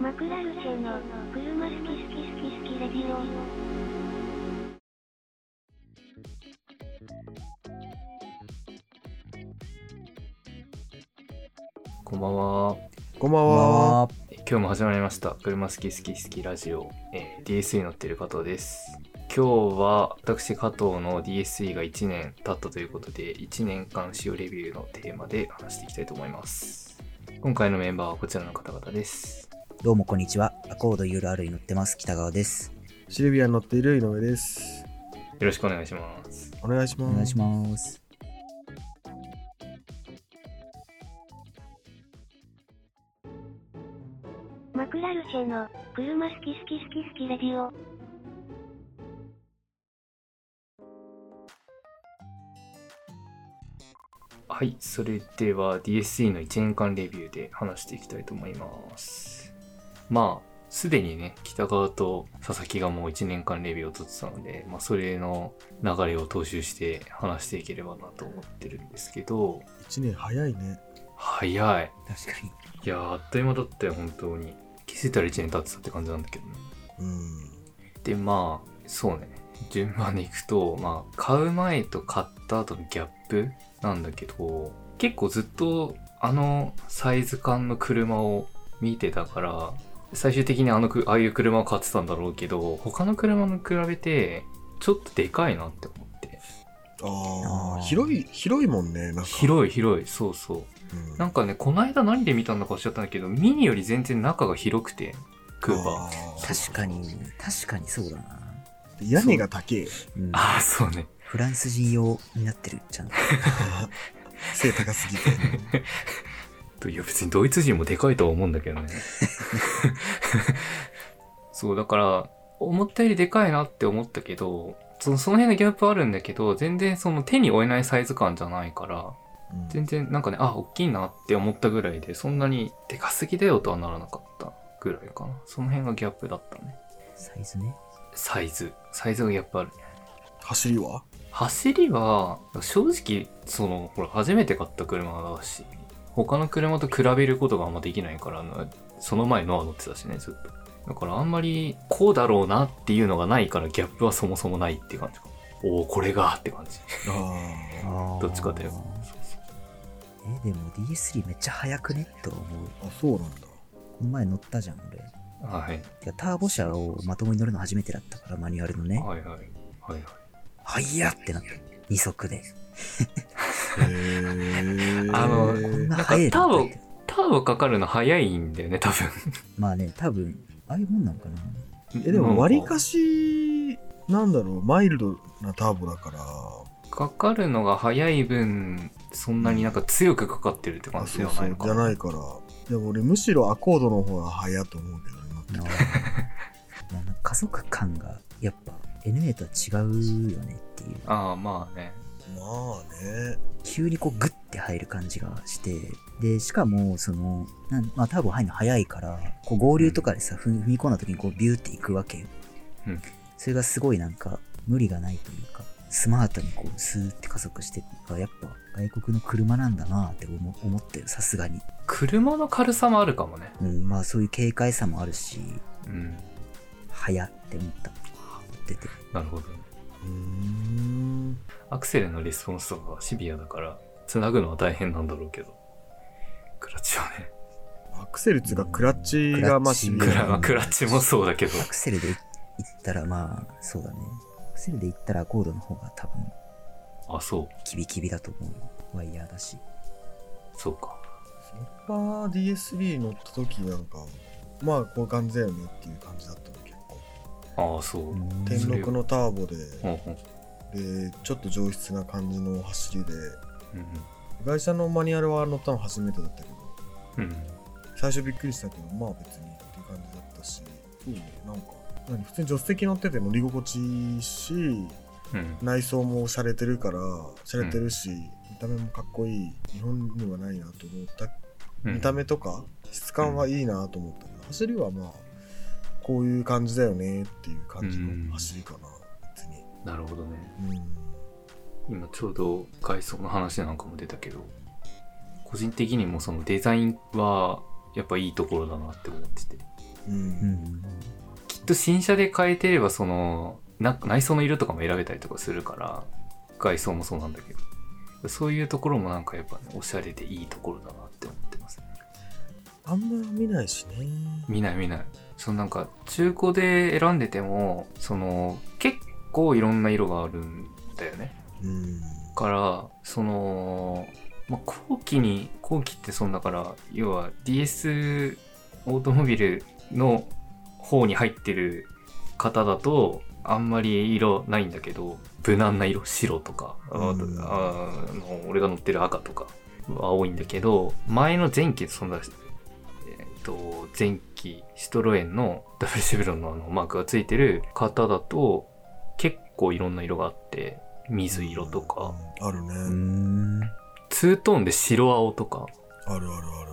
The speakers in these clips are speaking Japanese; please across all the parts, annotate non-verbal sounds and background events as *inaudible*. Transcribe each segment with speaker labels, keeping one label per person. Speaker 1: マクラルチェの車好き好き好き好きレディオ
Speaker 2: こんばんは。
Speaker 3: こんばん
Speaker 4: こんばん
Speaker 3: は。
Speaker 4: は。
Speaker 2: 今日も始まりました。車好き好き好きラジオ。えー DSE に乗ってる加藤です。今日は私加藤の DSE が1年経ったということで、1年間使用レビューのテーマで話していきたいと思います。今回のメンバーはこちらの方々です。
Speaker 4: どうもこんにちは。アコード URR に乗ってます。北川です。
Speaker 3: シルビアに乗っている井上です。
Speaker 2: よろしくお願いします。
Speaker 3: お願いし
Speaker 4: お
Speaker 3: ます。
Speaker 4: 願いします。
Speaker 1: マクラルチェの車好き好き好き好きレディオ
Speaker 2: はい、それでは DSE の1年間レビューで話していきたいと思います。まあ、すでにね、北川と佐々木がもう1年間レビューを取ってたので、まあ、それの流れを踏襲して話していければなと思ってるんですけど、
Speaker 3: 一年早いね。
Speaker 2: 早い。
Speaker 4: 確かに。
Speaker 2: いやー、あっという間だったよ、本当に。気づいたら1年経ってたって感じなんだけどね。
Speaker 3: うん。
Speaker 2: でまあそうね順番でいくとまあ買う前と買った後のギャップなんだけど結構ずっとあのサイズ感の車を見てたから最終的にあのくああいう車を買ってたんだろうけど他の車に比べてちょっとでかいなって思って
Speaker 3: あ
Speaker 4: あ
Speaker 3: あ、
Speaker 4: ー
Speaker 3: 広い、広いもんね。なんか。
Speaker 2: 広い広いそうそう
Speaker 3: うん
Speaker 2: なんかねこの間何で見たんだかしちゃったんだけどミニより全然中が広くてクーバー
Speaker 3: あ
Speaker 4: 確かに、確かにそうだな。
Speaker 3: ー屋根が高え。
Speaker 4: うん、
Speaker 2: ああそうね
Speaker 4: フランス人用になってるじゃん。
Speaker 3: 背高すぎて。
Speaker 2: といや別にドイツ人もでかいとは思うんだけどねそうだから思ったよりでかいなって思ったけどそのその辺のギャップあるんだけど全然その手に負えないサイズ感じゃないから
Speaker 3: うん
Speaker 2: 全然なんかねあ大きいなって思ったぐらいでそんなにでかすぎだよとはならなかったぐらいかなその辺がギャップだったね
Speaker 4: サイズね。
Speaker 2: サイズサイズがギャップある
Speaker 3: 走りは
Speaker 2: 走りは正直そのほら初めて買った車だし他の車と比べることがあんまできないからなその前ノア乗ってたしねずっとだからあんまりこうだろうなっていうのがないからギャップはそもそもないって感じかおおこれがって感じ
Speaker 3: あ
Speaker 2: どっちかだよ
Speaker 4: え、でも DS3 めっちゃ速くねとは思う。
Speaker 3: あ。あ、そうなんだ。
Speaker 4: この前乗ったじゃん、俺。
Speaker 2: はい
Speaker 4: てかターボ車をまともに乗るの初めてだったから、マニュアルのね。
Speaker 2: はいはいはいはい
Speaker 4: 速っってなった。二足で。
Speaker 3: へえ。
Speaker 2: あの
Speaker 4: こん
Speaker 3: う
Speaker 4: な速いの
Speaker 2: なんかターターボかかるの早いんだよね多分
Speaker 4: まあね、多分、ああいうもんなのかな。
Speaker 3: え、でも、割りか
Speaker 2: し
Speaker 3: し、なんだろう、マイルドなターボだから。
Speaker 2: かかるのが早い分そんなになんか強くかかってるって感
Speaker 3: あ、
Speaker 2: じで
Speaker 3: そう
Speaker 2: は
Speaker 3: そ
Speaker 2: ないうの。か
Speaker 3: じゃ
Speaker 2: な
Speaker 3: ないから。でも俺、むしろアコードの方が早いと思うけどね。
Speaker 4: なあまあなんか加速感がやっぱ NA とは違うよねっていう
Speaker 2: ああまあね
Speaker 3: まあね。
Speaker 4: 急にこうグッて入る感じがしてでしかもそのなんまあターボ入るの早いからこう合流とかでさ、ふん踏み込んだ時にこうビューっていくわけよ、
Speaker 2: うん
Speaker 4: それがすごいなんか無理がないというかスマートにこうスーって加速してっていうかやっぱ外国の車なんだなって思思ってるさすがに、
Speaker 2: 車の軽さもあるかもね
Speaker 4: うん、まあそういう軽快さもあるし
Speaker 2: うん
Speaker 4: 速って思った思ってて
Speaker 2: なるほど
Speaker 3: うーん。
Speaker 2: アクセルのレスポンスとかがシビアだから繋ぐのは大変なんだろうけどクラッチはね
Speaker 3: アクセルっつうかクラッチがまあシビ
Speaker 2: クラ,、
Speaker 3: アな
Speaker 2: まあクラッチもそうだけど
Speaker 4: アクセルで行ったら、まあ、そうだね。アクセルで行ったら、コードの方が多分、
Speaker 2: あそう
Speaker 4: キビキビだと思うよ。ワイヤーだし。
Speaker 2: そうか
Speaker 3: そっか DSB 乗った時なんかまあこういう感じだよねっていう感じだったの結構
Speaker 2: ああそう、
Speaker 4: う
Speaker 2: うん
Speaker 4: ん
Speaker 3: 天禄のターボで
Speaker 2: うんうん
Speaker 3: でちょっと上質な感じの走りで
Speaker 2: うん
Speaker 3: 会社のマニュアルは乗ったの初めてだったけど
Speaker 2: うん
Speaker 3: 最初びっくりしたけどまあ別にっていう感じだったしそうねなんか何普通に助手席乗ってて乗り心地いいし
Speaker 2: うん
Speaker 3: 内装も洒落てるから洒落てるし、見た目もかっこいい日本にはないなと思った
Speaker 2: うん
Speaker 3: 見た目とか質感はいいなと思ったけど、走りはまあこういう感じだよねっていう感じの走りかな、別に、
Speaker 2: なるほどね
Speaker 3: うん、
Speaker 2: 今ちょうど外装の話なんかも出たけど個人的にもそのデザインはやっぱいいところだなって思ってて
Speaker 3: う。
Speaker 4: うんん
Speaker 2: きっと新車で変えてればそのな内装の色とかも選べたりとかするから外装もそうなんだけどそういうところもなんかやっぱねおしゃれでいいところだなって思ってますね
Speaker 3: あんま見ないしね。
Speaker 2: 見ない見ないそのなんか中古で選んでてもその結構いろんな色があるんだよね
Speaker 3: うん。
Speaker 2: からその、まあ、後期に後期ってそんだから要は DS オートモビルの方に入ってる方だとあんまり色ないんだけど無難な色白とかあ
Speaker 3: うん
Speaker 2: とああの俺が乗ってる赤とかは多いんだけど前の前期そんな、えっと前期シトロエンのダブルシェブロンのあのマークがついてる方だと結構いろんな色があって水色とか。
Speaker 3: うん。あるね。
Speaker 4: うん
Speaker 2: ツートーンで白青とか
Speaker 3: あるあるあるある。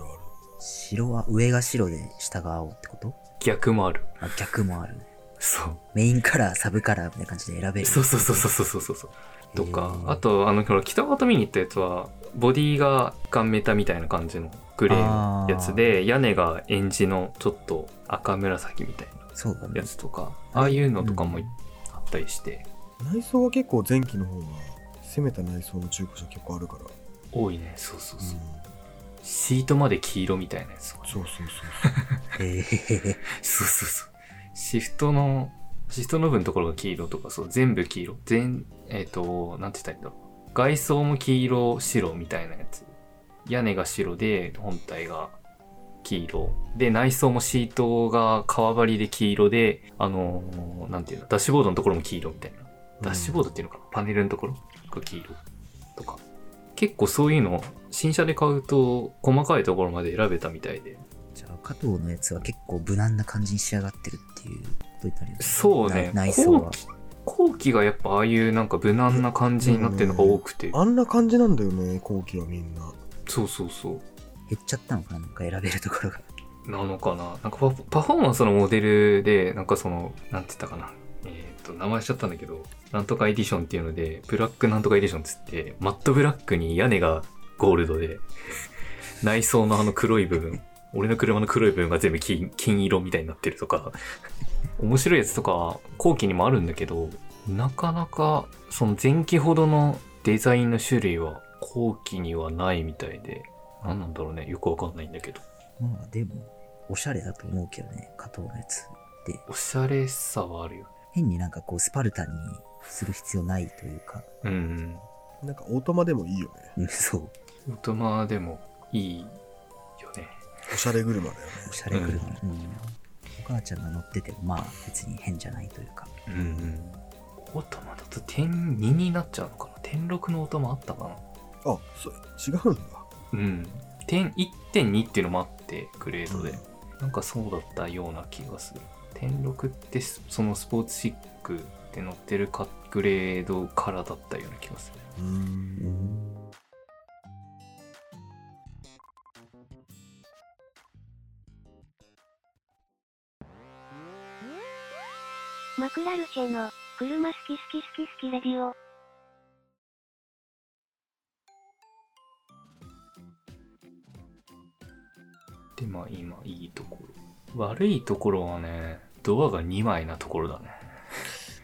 Speaker 4: 白は上が白で下が青ってこと
Speaker 2: 逆もある
Speaker 4: あ逆もある
Speaker 2: そう
Speaker 4: メインカラーサブカラーみたいな感じで選べる
Speaker 2: そうそうそうそうそうそうそうとか
Speaker 4: へー
Speaker 2: あとあのほら北方見に行ったやつはボディがガンメタみたいな感じのグレーのやつで屋根がエンジのちょっと赤紫みたい
Speaker 4: そうだ
Speaker 2: な
Speaker 4: ね
Speaker 2: やつとかああいうのとかもあったりして、
Speaker 3: 内装は結構前期の方が攻めた内装の中古車結構あるから、
Speaker 2: 多いねそうそう
Speaker 3: うん、
Speaker 2: そ
Speaker 3: そうう
Speaker 2: シートまで黄色みたいなやつとか
Speaker 3: そうそう
Speaker 4: へえ
Speaker 2: そうそうそう。シフトの、シフトの部のところが黄色とか、そう、全部黄色。全、えっ、と、なんて言ったらいいんだろう。外装も黄色、白みたいなやつ。屋根が白で、本体が黄色。で、内装もシートが革張りで黄色で、あのーなんていうの、ダッシュボードのところも黄色みたいな。 *laughs* ダッシュボードっていうのかな、パネルのところが黄色とか。結構そういうの、新車で買うと、細かいところまで選べたみたいで。
Speaker 4: じゃあ加藤のやつは結構無難な感じに仕上がってるっていうことになるよね
Speaker 2: そうね
Speaker 4: な内装
Speaker 2: 後
Speaker 4: は
Speaker 2: 期後期がやっぱああいうなんか無難な感じになってるのが多くて、
Speaker 3: あんな感じなんだよね後期はみんな
Speaker 2: そうそうそう
Speaker 4: 減っちゃったのかななんか選べるところが
Speaker 2: なのかななんかパフパフォーマンスのモデルでなんかそのなんて言ったかなえーっと名前しちゃったんだけどなんとかエディションっていうのでブラックなんとかエディションっつってマットブラックに屋根がゴールドで *laughs* 内装のあの黒い部分俺の車の黒い部分が全部金金色みたいになってるとか面白いやつとか後期にもあるんだけどなかなかその前期ほどのデザインの種類は後期にはないみたいで何なんだろうねよくわかんないんだけど
Speaker 4: まあでもおしゃれだと思うけどね加藤のやつって
Speaker 2: おしゃれさはあるよね
Speaker 4: 変になんかこうスパルタにする必要ないというか *laughs*
Speaker 2: うん
Speaker 3: なんかオートマでもいいよね
Speaker 4: うんそう
Speaker 2: 大人でもいいよね
Speaker 3: おしゃれ車だよね
Speaker 4: おしゃれ車、うんお母ちゃんが乗っててもまあ別に変じゃないというか
Speaker 2: うんうんオートマだと点2になっちゃうのかな点6のオートマあったか
Speaker 3: あそう違うんだ
Speaker 2: なうん点1.2っていうのもあってグレードで、
Speaker 3: うん
Speaker 2: なんかそうだったような気がする点6ってすそのスポーツシックって乗ってるかグレードからだったような気がする
Speaker 3: うーん
Speaker 1: マクラルチェの車好き好き好き好きレディオ。
Speaker 2: でまあ今いいところ悪いところはねドアが2枚なところだね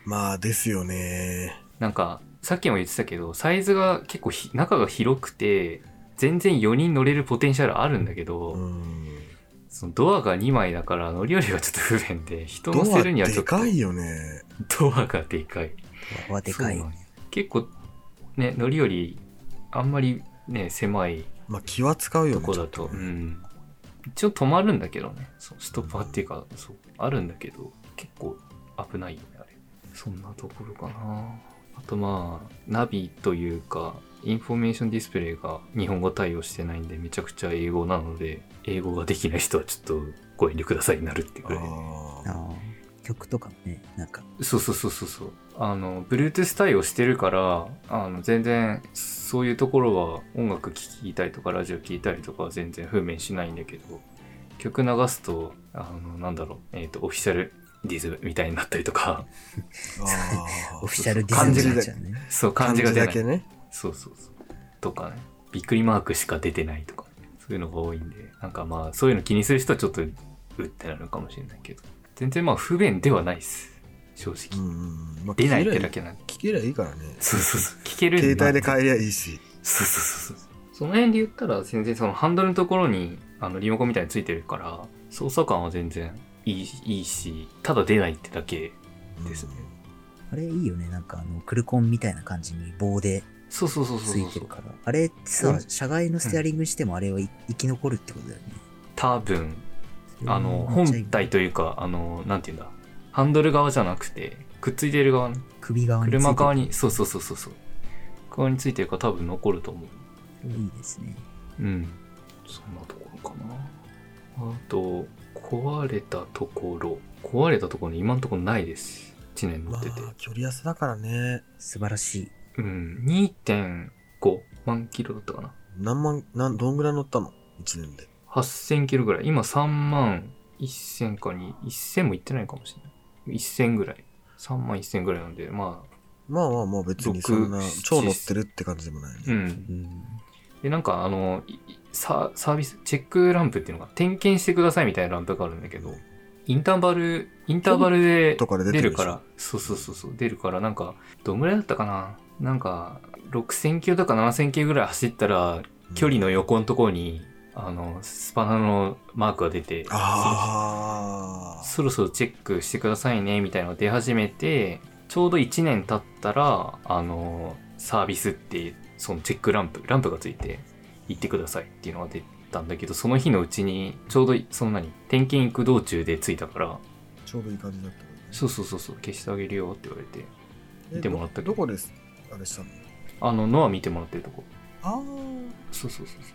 Speaker 3: まあですよね
Speaker 2: なんかさっきも言ってたけどサイズが結構ひ中が広くて全然4人乗れるポテンシャルあるんだけど、
Speaker 3: うん
Speaker 2: そのドアが2枚だから乗り降りがちょっと不便
Speaker 3: *laughs*
Speaker 2: で人
Speaker 3: ド
Speaker 2: 乗
Speaker 3: ア
Speaker 2: せるにはちょ
Speaker 3: で
Speaker 2: っと
Speaker 3: かいよね
Speaker 2: *laughs* ドアがでかい
Speaker 4: ドアはでかい
Speaker 2: そうなんよ結構ね乗り降りあんまりね狭い
Speaker 3: まあ気は使うよ
Speaker 2: と
Speaker 3: ね
Speaker 2: こだ
Speaker 3: ちょ
Speaker 2: と、
Speaker 3: っ
Speaker 2: う
Speaker 3: ね
Speaker 2: ん、一応止まるんだけどねそうストッパーっていうかそうあるんだけど結構危ないよねあれそんなところかなあとまあナビというかインフォメーションディスプレイが日本語対応してないんでめちゃくちゃ英語なので英語ができない人はちょっとご遠慮くださいになるっていうぐらい
Speaker 3: あ
Speaker 4: あ
Speaker 3: ー
Speaker 4: あ曲とかもねなんか
Speaker 2: そうそうそうそうそうあの Bluetooth 対応してるからあの全然そういうところは音楽聴いたりとかラジオ聴いたりとかは全然不便しないんだけど曲流すとあのなんだろうえっ、とオフィシャルディズムみたいになったりとか *laughs*
Speaker 3: あ
Speaker 4: オフ
Speaker 3: ー
Speaker 4: ィシャルディズニーになっちゃうね
Speaker 2: そう漢字が出な
Speaker 3: だ
Speaker 2: い
Speaker 3: けね
Speaker 2: そうそうそうとかねびっくりマークしか出てないとか、そういうのが多いんでなんかまあそういうの気にする人はちょっとうってなるかもしれないけど全然まあ不便ではないっす正
Speaker 3: う
Speaker 2: 直、
Speaker 3: んうんうんまあ、
Speaker 2: 出ないってだけなんで
Speaker 3: 聞けりゃいいからね
Speaker 2: そうそうそう聞けるんだ
Speaker 3: 携帯で変えりゃいいし
Speaker 2: そうそうそうそうその辺で言ったら全然そのハンドルのところにあのリモコンみたいについてるから操作感は全然いいいいしただ出ないってだけですね
Speaker 4: あれいいよね。なんかあの、クルコンみたいな感じに棒で
Speaker 2: そうそうそうそう
Speaker 4: つ
Speaker 2: そう
Speaker 4: いてるから。あれってさ、
Speaker 2: うん
Speaker 4: 車外のステアリングにしてもあれはい生き残るってことだよね。
Speaker 2: 多分
Speaker 4: それは
Speaker 2: あの
Speaker 4: めっちゃいい
Speaker 2: 本体というかあのなんていうんだハンドル側じゃなくてくっついてる側ね
Speaker 4: 首側についてる
Speaker 2: 車側にそうそうそうそうそう側についてるから多分残ると思う
Speaker 4: いいですね。
Speaker 2: うんそんなところかなあと壊れたところ壊れたところ今のところないです1年乗
Speaker 3: ま
Speaker 2: っ
Speaker 3: あ
Speaker 2: てて、
Speaker 3: 距離安だからね
Speaker 4: 素晴らしい。
Speaker 2: うん2.5万キロだったかな
Speaker 3: 何万なんどんぐらい乗ったの1年で
Speaker 2: 8000キロぐらい今3万1000かに1000もいってないかもしれない1000ぐらい3万1000ぐらいなんでまあ
Speaker 3: まあまあまあ別に
Speaker 2: 六
Speaker 3: そんな
Speaker 2: 七
Speaker 3: 超乗ってるって感じでもないね、
Speaker 2: うん
Speaker 4: うん。
Speaker 2: で、なんかあの、いササービス、チェックランプっていうのが、点検してくださいみたいなランプがあるんだけど、インターバル、インターバルで
Speaker 3: とかで出て
Speaker 2: 出
Speaker 3: る
Speaker 2: るから、そうそうそうそう、出るから、なんか、どんぐらいだったかななんか、6000キロとか7000キロぐらい走ったら、距離の横のところに、あの、スパナのマークが出て、
Speaker 3: ああ
Speaker 2: そろそろチェックしてくださいね、みたいなのが出始めて、ちょうど1年経ったら、あの、サービスって、そのチェックランプ、ランプがついて、行ってくださいっていうのが出たんだけど、その日のうちに、ちょうどい、その何、点検行く道中で着いたから、
Speaker 3: ちょうどいい感じだったけどね
Speaker 2: そうそうそうそう、消してあげるよって言われて、
Speaker 3: え
Speaker 2: 見てもらったけど
Speaker 3: どこですあれしたの
Speaker 2: あの、ノア見てもらってるとこ。
Speaker 3: ああなる
Speaker 2: そうそうそうそ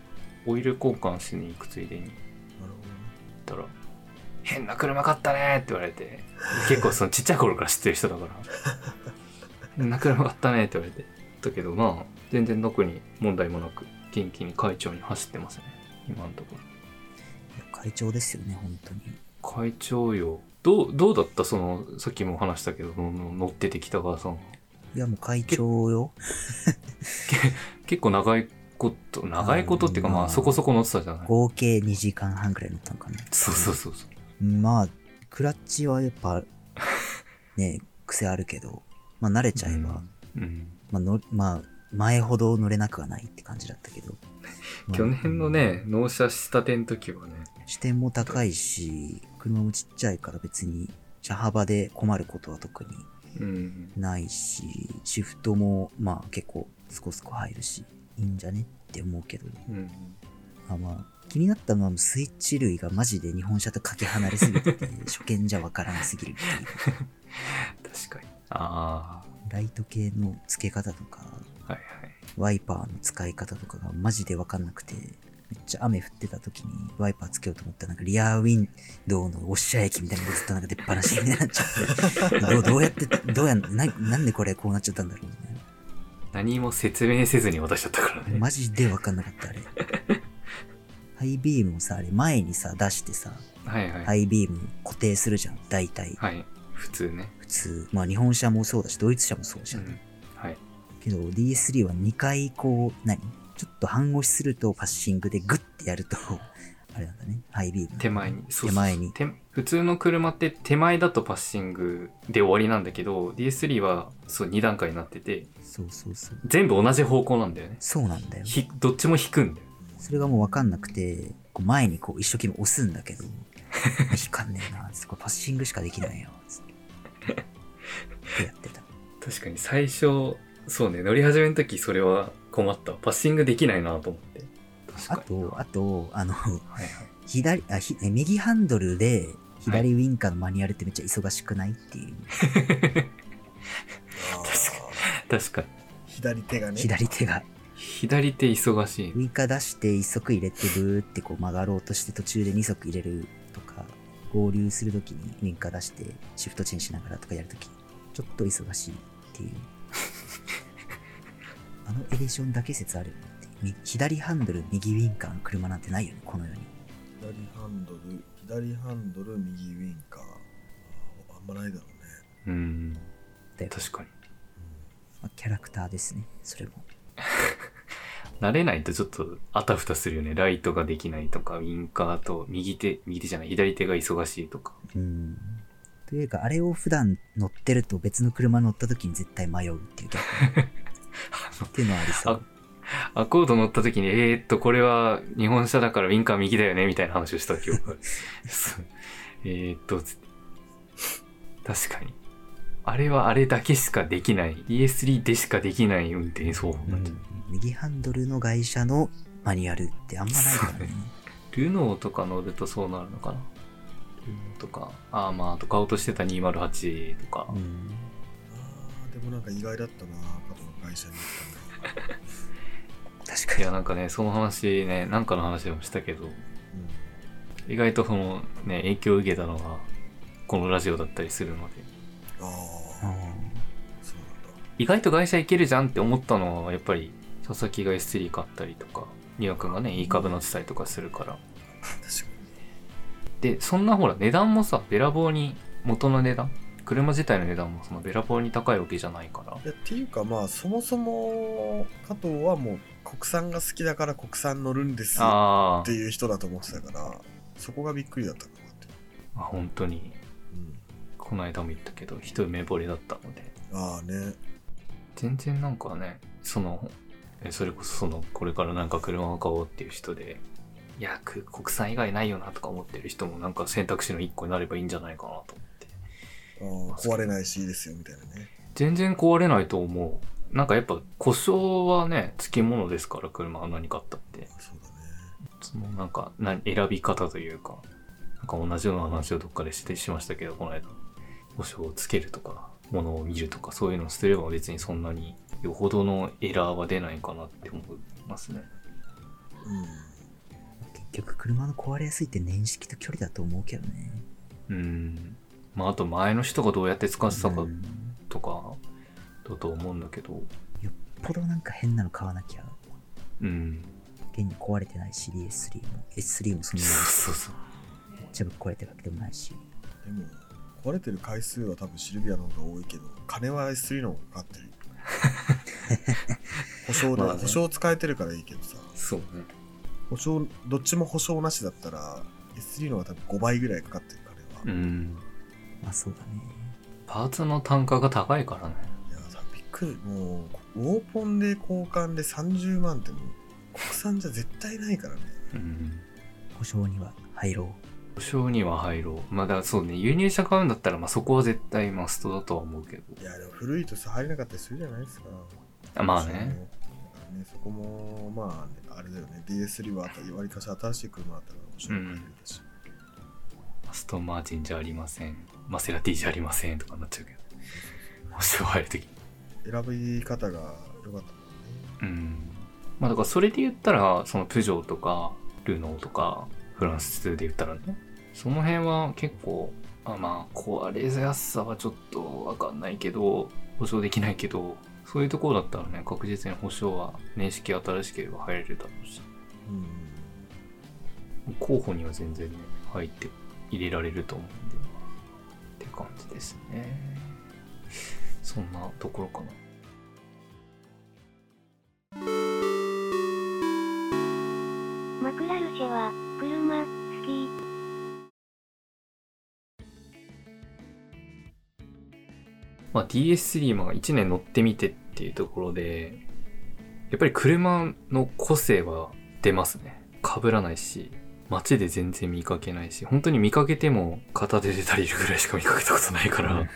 Speaker 2: う。オイル交換しに行くついでに行っ
Speaker 3: ほどね
Speaker 2: たら、変な車買ったねって言われて、結構そのちっちゃい頃から知ってる人だ *laughs* から、変な車買ったねって言われて。だけどまあ、全然特に問題もなく、元気に会長に走ってますね。今のところ。
Speaker 4: 会長ですよね、本当に。
Speaker 2: 会長よ。どう、どうだったその、さっきも話したけど、のの乗ってて北川さん。
Speaker 4: いや、もう会長よ。
Speaker 2: 結構長いこと、長いことっていうか
Speaker 4: あー
Speaker 2: ま
Speaker 4: ま
Speaker 2: あ
Speaker 4: あ
Speaker 2: そこそこ乗ってたじゃない
Speaker 4: 合計2時間半くらい乗ったのかな。
Speaker 2: そうそうそうそう。
Speaker 4: まあ、クラッチはやっぱ、
Speaker 2: *laughs*
Speaker 4: ね、癖あるけど、まあ慣れちゃえば、
Speaker 2: うん。
Speaker 4: まあの、まあ、前ほど乗れなくはないって感じだったけど。ま
Speaker 2: *laughs*
Speaker 4: あ
Speaker 2: 去年のね、納車したての時はね、
Speaker 4: 視点も高いし、車もちっちゃいから別に、車幅で困ることは特に
Speaker 2: うん。
Speaker 4: ないし、シフトもまあ結構スコスコ入るし、いいんじゃねって思うけど、
Speaker 2: うん。
Speaker 4: あまあ、気になったのはスイッチ類がマジで日本車とかけ離れすぎてて、初見じゃわからなすぎるっていう。
Speaker 2: 確かに。あ
Speaker 4: ライト系の付け方とか、
Speaker 2: あ、はいはい。
Speaker 4: ワイパーの使い方とかがマジでわかんなくて、めっちゃ雨降ってた時にワイパーつけようと思ったらなんかリアウィンドウのウォッシャー液みたいなのがずっとなんか出っ放しみたいになっちゃ
Speaker 2: *laughs*
Speaker 4: って、どうどうやって、どうやんな、なんでこれこうなっちゃったんだろうみたい
Speaker 2: 何も説明せずに渡しちゃったから
Speaker 4: な。
Speaker 2: ね。
Speaker 4: マジでわかんなかったあれ。ハイビームもさ、あれ前にさ、出してさ、
Speaker 2: はいはい。
Speaker 4: ハイビーム固定するじゃん、大体。
Speaker 2: はい。普通ね。
Speaker 4: 普通。まあ日本車もそうだし、ドイツ車もそうじ
Speaker 2: う
Speaker 4: ゃん。
Speaker 2: ん。はい。
Speaker 4: けど DS3 は2回こう何ちょっと半押しするとパッシングでグッてやると *laughs* あれなんだねハイビーム
Speaker 2: 手前に。そうそうそう
Speaker 4: 手前に
Speaker 2: 手普通の車って手前だとパッシングで終わりなんだけど、DS3 はそう2段階になってて、
Speaker 4: そうそうそう
Speaker 2: 全部同じ方向なんだよね。
Speaker 4: そうなんだよ
Speaker 2: ひどっちも引くんだよ。
Speaker 4: それがもう分かんなくてこう前にこう一生懸命押すんだ
Speaker 2: *laughs*
Speaker 4: けど引かんねえなつってこれパッシングしかできないよつってってやってた
Speaker 2: 確かに最初、そうね、乗り始めの時それは困った。パッシングできないなと思って。
Speaker 4: あ
Speaker 2: 確かに。
Speaker 4: とあとあの
Speaker 2: はいはい。
Speaker 4: 左あひ右ハンドルで左ウインカーのマニュアルってめっちゃ忙しくないっていう、
Speaker 3: あー
Speaker 2: 確かに。
Speaker 3: 左手がね
Speaker 4: 左手が
Speaker 2: 左手忙しい
Speaker 4: ウ。イカ出して1足入れてブーってこう曲がろうとして途中で2足入れるとか合流するときにウインカ出してシフトチェンジしながらとかやるときちょっと忙しいって *laughs* いうあのエディションだけ説あるよねってみ左ハンドル右ウインカーの車なんてないよねこの世に
Speaker 3: 左ハンドル左ハンドル右ウインカーあーあんまないだろうね
Speaker 2: うん。
Speaker 4: だよ
Speaker 2: 確かに。
Speaker 4: まあキャラクターですねそれも
Speaker 2: 慣れないとちょっとあたふたするよね。ライトができないとか、ウィンカーと右手、右手じゃない、左手が忙しいとか。
Speaker 4: うん。というか、あれを普段乗ってると別の車乗った時に絶対迷うっていう逆 *laughs* にっていうのはありそう。
Speaker 2: アコード乗った時に、えー、っと、これは日本車だからウィンカー右だよね、みたいな話をした記憶がある。 *laughs* そうえー、っと、つって確かに。あれはあれだけしかできない。ES3 でしかできない運転走法に
Speaker 4: う
Speaker 2: なっちゃう。
Speaker 4: ん、右ハンドルの外車のマニュアルってあんまないからね。
Speaker 2: ルノーとか乗るとそうなるのかなルノーとか、アーマーと買おうとしてた208とか
Speaker 4: う。
Speaker 3: あ
Speaker 4: ん、
Speaker 3: ーでもなんか意外だったな過去の会社に行っ
Speaker 4: 確か
Speaker 2: い
Speaker 4: に。
Speaker 2: や、なんかね、その話ね、なんかの話でもしたけど、
Speaker 3: たの、うん、
Speaker 2: 意外とそのね、影響を受けたのが、このラジオだったりするので、
Speaker 3: あ
Speaker 4: あ
Speaker 3: あそう
Speaker 4: ー
Speaker 3: なんだ
Speaker 2: 意外と外車いけるじゃんって思ったのは、やっぱり、佐々木が S3 買ったりとか、ニワ君がね、いい株乗ってたりとかするから。
Speaker 3: 確か
Speaker 2: で、そんなほら、値段もさ、べらぼうに、元の値段車自体の値段もそのべらぼうに高いわけじゃないから。
Speaker 3: にいやっていうかまあそもそも加藤はもう国産が好きだから国産乗るんですよ
Speaker 2: あ
Speaker 3: っていう人だと思ってたからそこがびっくりだったかなって、
Speaker 2: あ、本当に、
Speaker 3: うん、
Speaker 2: この間も言ったけど一目惚れだったので
Speaker 3: ああね
Speaker 2: 全然なんかねそのえそれこそそのこれからなんか車を買おうっていう人でいやく国産以外ないよなとか思ってる人もなんか選択肢の一個になればいいんじゃないかなと思って
Speaker 3: あー壊れないしいいですよみたいなね
Speaker 2: 全然壊れないと思うなんかやっぱ故障はねつきものですから車は何買ったって
Speaker 3: そうだね
Speaker 2: そのなんかな選び方というかなんか同じような話をどっかでしてしましたけどこの間保証をつけるとか物を見るとかそういうのをしてれば別にそんなによほどのエラーは出ないかなって思いますね
Speaker 3: う
Speaker 4: 結局、車の壊れやすいって年式と距離だと思うけどね。
Speaker 2: うんまああと前の人がどうやって使ってたか
Speaker 4: うん
Speaker 2: とかだと思うんだけど
Speaker 4: よっぽどなんか変なの買わなきゃ。
Speaker 2: うん
Speaker 4: 現に壊れてないし、DS3 も。S3 もそんな
Speaker 2: そう
Speaker 4: に
Speaker 2: そうそう
Speaker 4: 全部壊れてるわけでもないし。
Speaker 3: んでも壊れてる回数は多分シルビアの方が多いけど金は S3 の方がかかっ
Speaker 2: *laughs*
Speaker 3: てる保証だ、
Speaker 2: まあね
Speaker 3: 保証使えてるからいいけどさ
Speaker 2: そうね
Speaker 3: 保証どっちも保証なしだったら S3 の方が多分5倍ぐらいかかってる金は、
Speaker 2: う
Speaker 3: い
Speaker 2: ん
Speaker 4: まあそうだね。
Speaker 2: パーツの単価が高いからね
Speaker 3: やさびっくりもうウォーポンで交換で30万ってもう国産じゃ絶対ないからね
Speaker 2: うん
Speaker 4: 保証には入ろう。
Speaker 2: 保証には入ろう。まあ、だからそうね、輸入車買うんだったら、まあ、そこは絶対マストだとは思うけど。
Speaker 3: いやでも古いとさ入れなかったりするじゃないですか
Speaker 2: あまあね。
Speaker 3: そうだからねそこもまああれだよね DS3 はわりかし新しい車だったから面白いから入れたし、
Speaker 2: アストンマーチンじゃありません。マセラティじゃありませんとかなっちゃ *laughs* うけど。保証入るとき。
Speaker 3: 選び方が良かったもんね
Speaker 2: うん。まあ、だからそれで言ったら、そのプジョーとか、ルノーとか、フランス2で言ったらね、その辺は結構、あまあ、壊れやすさはちょっとわかんないけど、保証できないけど、そういうところだったらね、確実に保証は年式新しければ入れるだろうし。
Speaker 3: うん
Speaker 2: 候補には全然ね入って入れられると思うんでって感じですねそんなところかな
Speaker 1: マクラルシェは、車、好き。
Speaker 2: まあ、DS3 まあ1年乗ってみてっていうところでやっぱり車の個性は出ますね被らないし街で全然見かけないし本当に見かけても片手で足りるぐらいしか見かけたことないから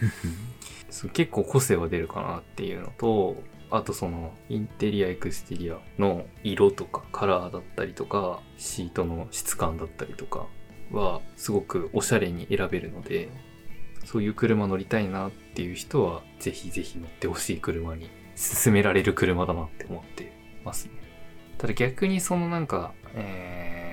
Speaker 2: そう結構個性は出るかなっていうのとあとそのインテリアエクステリアの色とかカラーだったりとかシートの質感だったりとかはすごくおしゃれに選べるのでそういう車乗りたいなっていう人はぜひぜひ乗ってほしい車に勧められる車だなって思ってますねただ逆にそのなんか、えー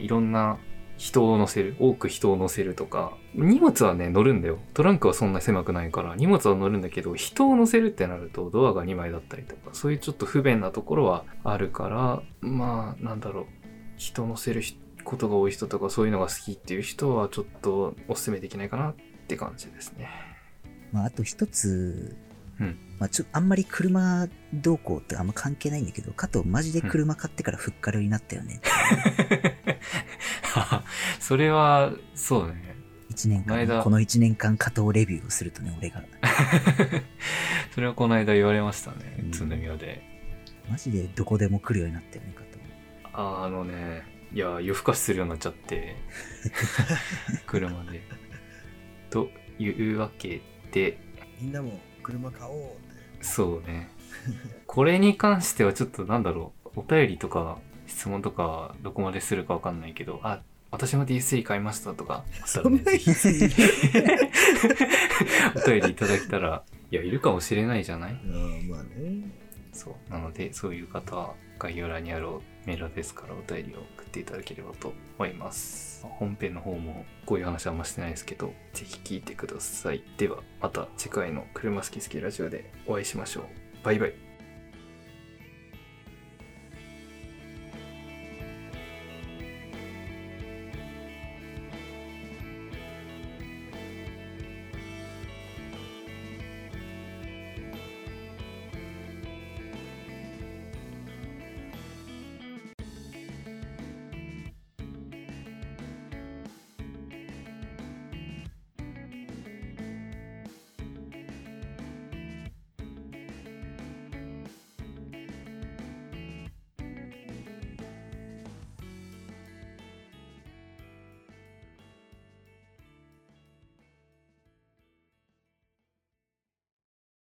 Speaker 2: いろんな人を乗せる多く人を乗せるとか荷物はね乗るんだよトランクはそんな狭くないから荷物は乗るんだけど人を乗せるってなるとドアが2枚だったりとかそういうちょっと不便なところはあるからまあなんだろう人乗せるひことが多い人とかそういうのが好きっていう人はちょっとおすすめできないかなって感じですね
Speaker 4: まああと一つ、
Speaker 2: うん
Speaker 4: まあ、ちょあんまり車どうこうってあんま関係ないんだけど、加藤マジで車買ってからふっかるになったよね。
Speaker 2: *laughs* それは、そうね。
Speaker 4: 一年
Speaker 2: この
Speaker 4: 間、
Speaker 2: 間
Speaker 4: この一年間加藤レビューをするとね、俺が。
Speaker 2: それはこの間言われましたね
Speaker 4: う。ん
Speaker 2: 宇都宮で。
Speaker 4: マジでどこでも来るようになったよね、加藤。
Speaker 2: あのね、いや、夜更かしするようになっちゃ
Speaker 3: *laughs*
Speaker 2: って、車で。というわけで、
Speaker 3: みんなも車買おうって
Speaker 2: そうね。これに関してはちょっとなんだろう、お便りとか質問とかどこまでするかわかんないけど、あ、私も DSE 買いましたとかあった
Speaker 3: そ
Speaker 2: ら
Speaker 3: ん
Speaker 2: ね、ぜ
Speaker 3: なに
Speaker 2: ひお便りいただけたら、いや、いるかもしれないじゃない
Speaker 3: うんまあね
Speaker 2: そう。なので、そういう方は概要欄にあるメールアドレスからお便りを送っていただければと思います。本編の方もこういう話はあんましてないですけど、ぜひ聞いてください。では、また次回の車好き好きラジオでお会いしましょう。バイバイ。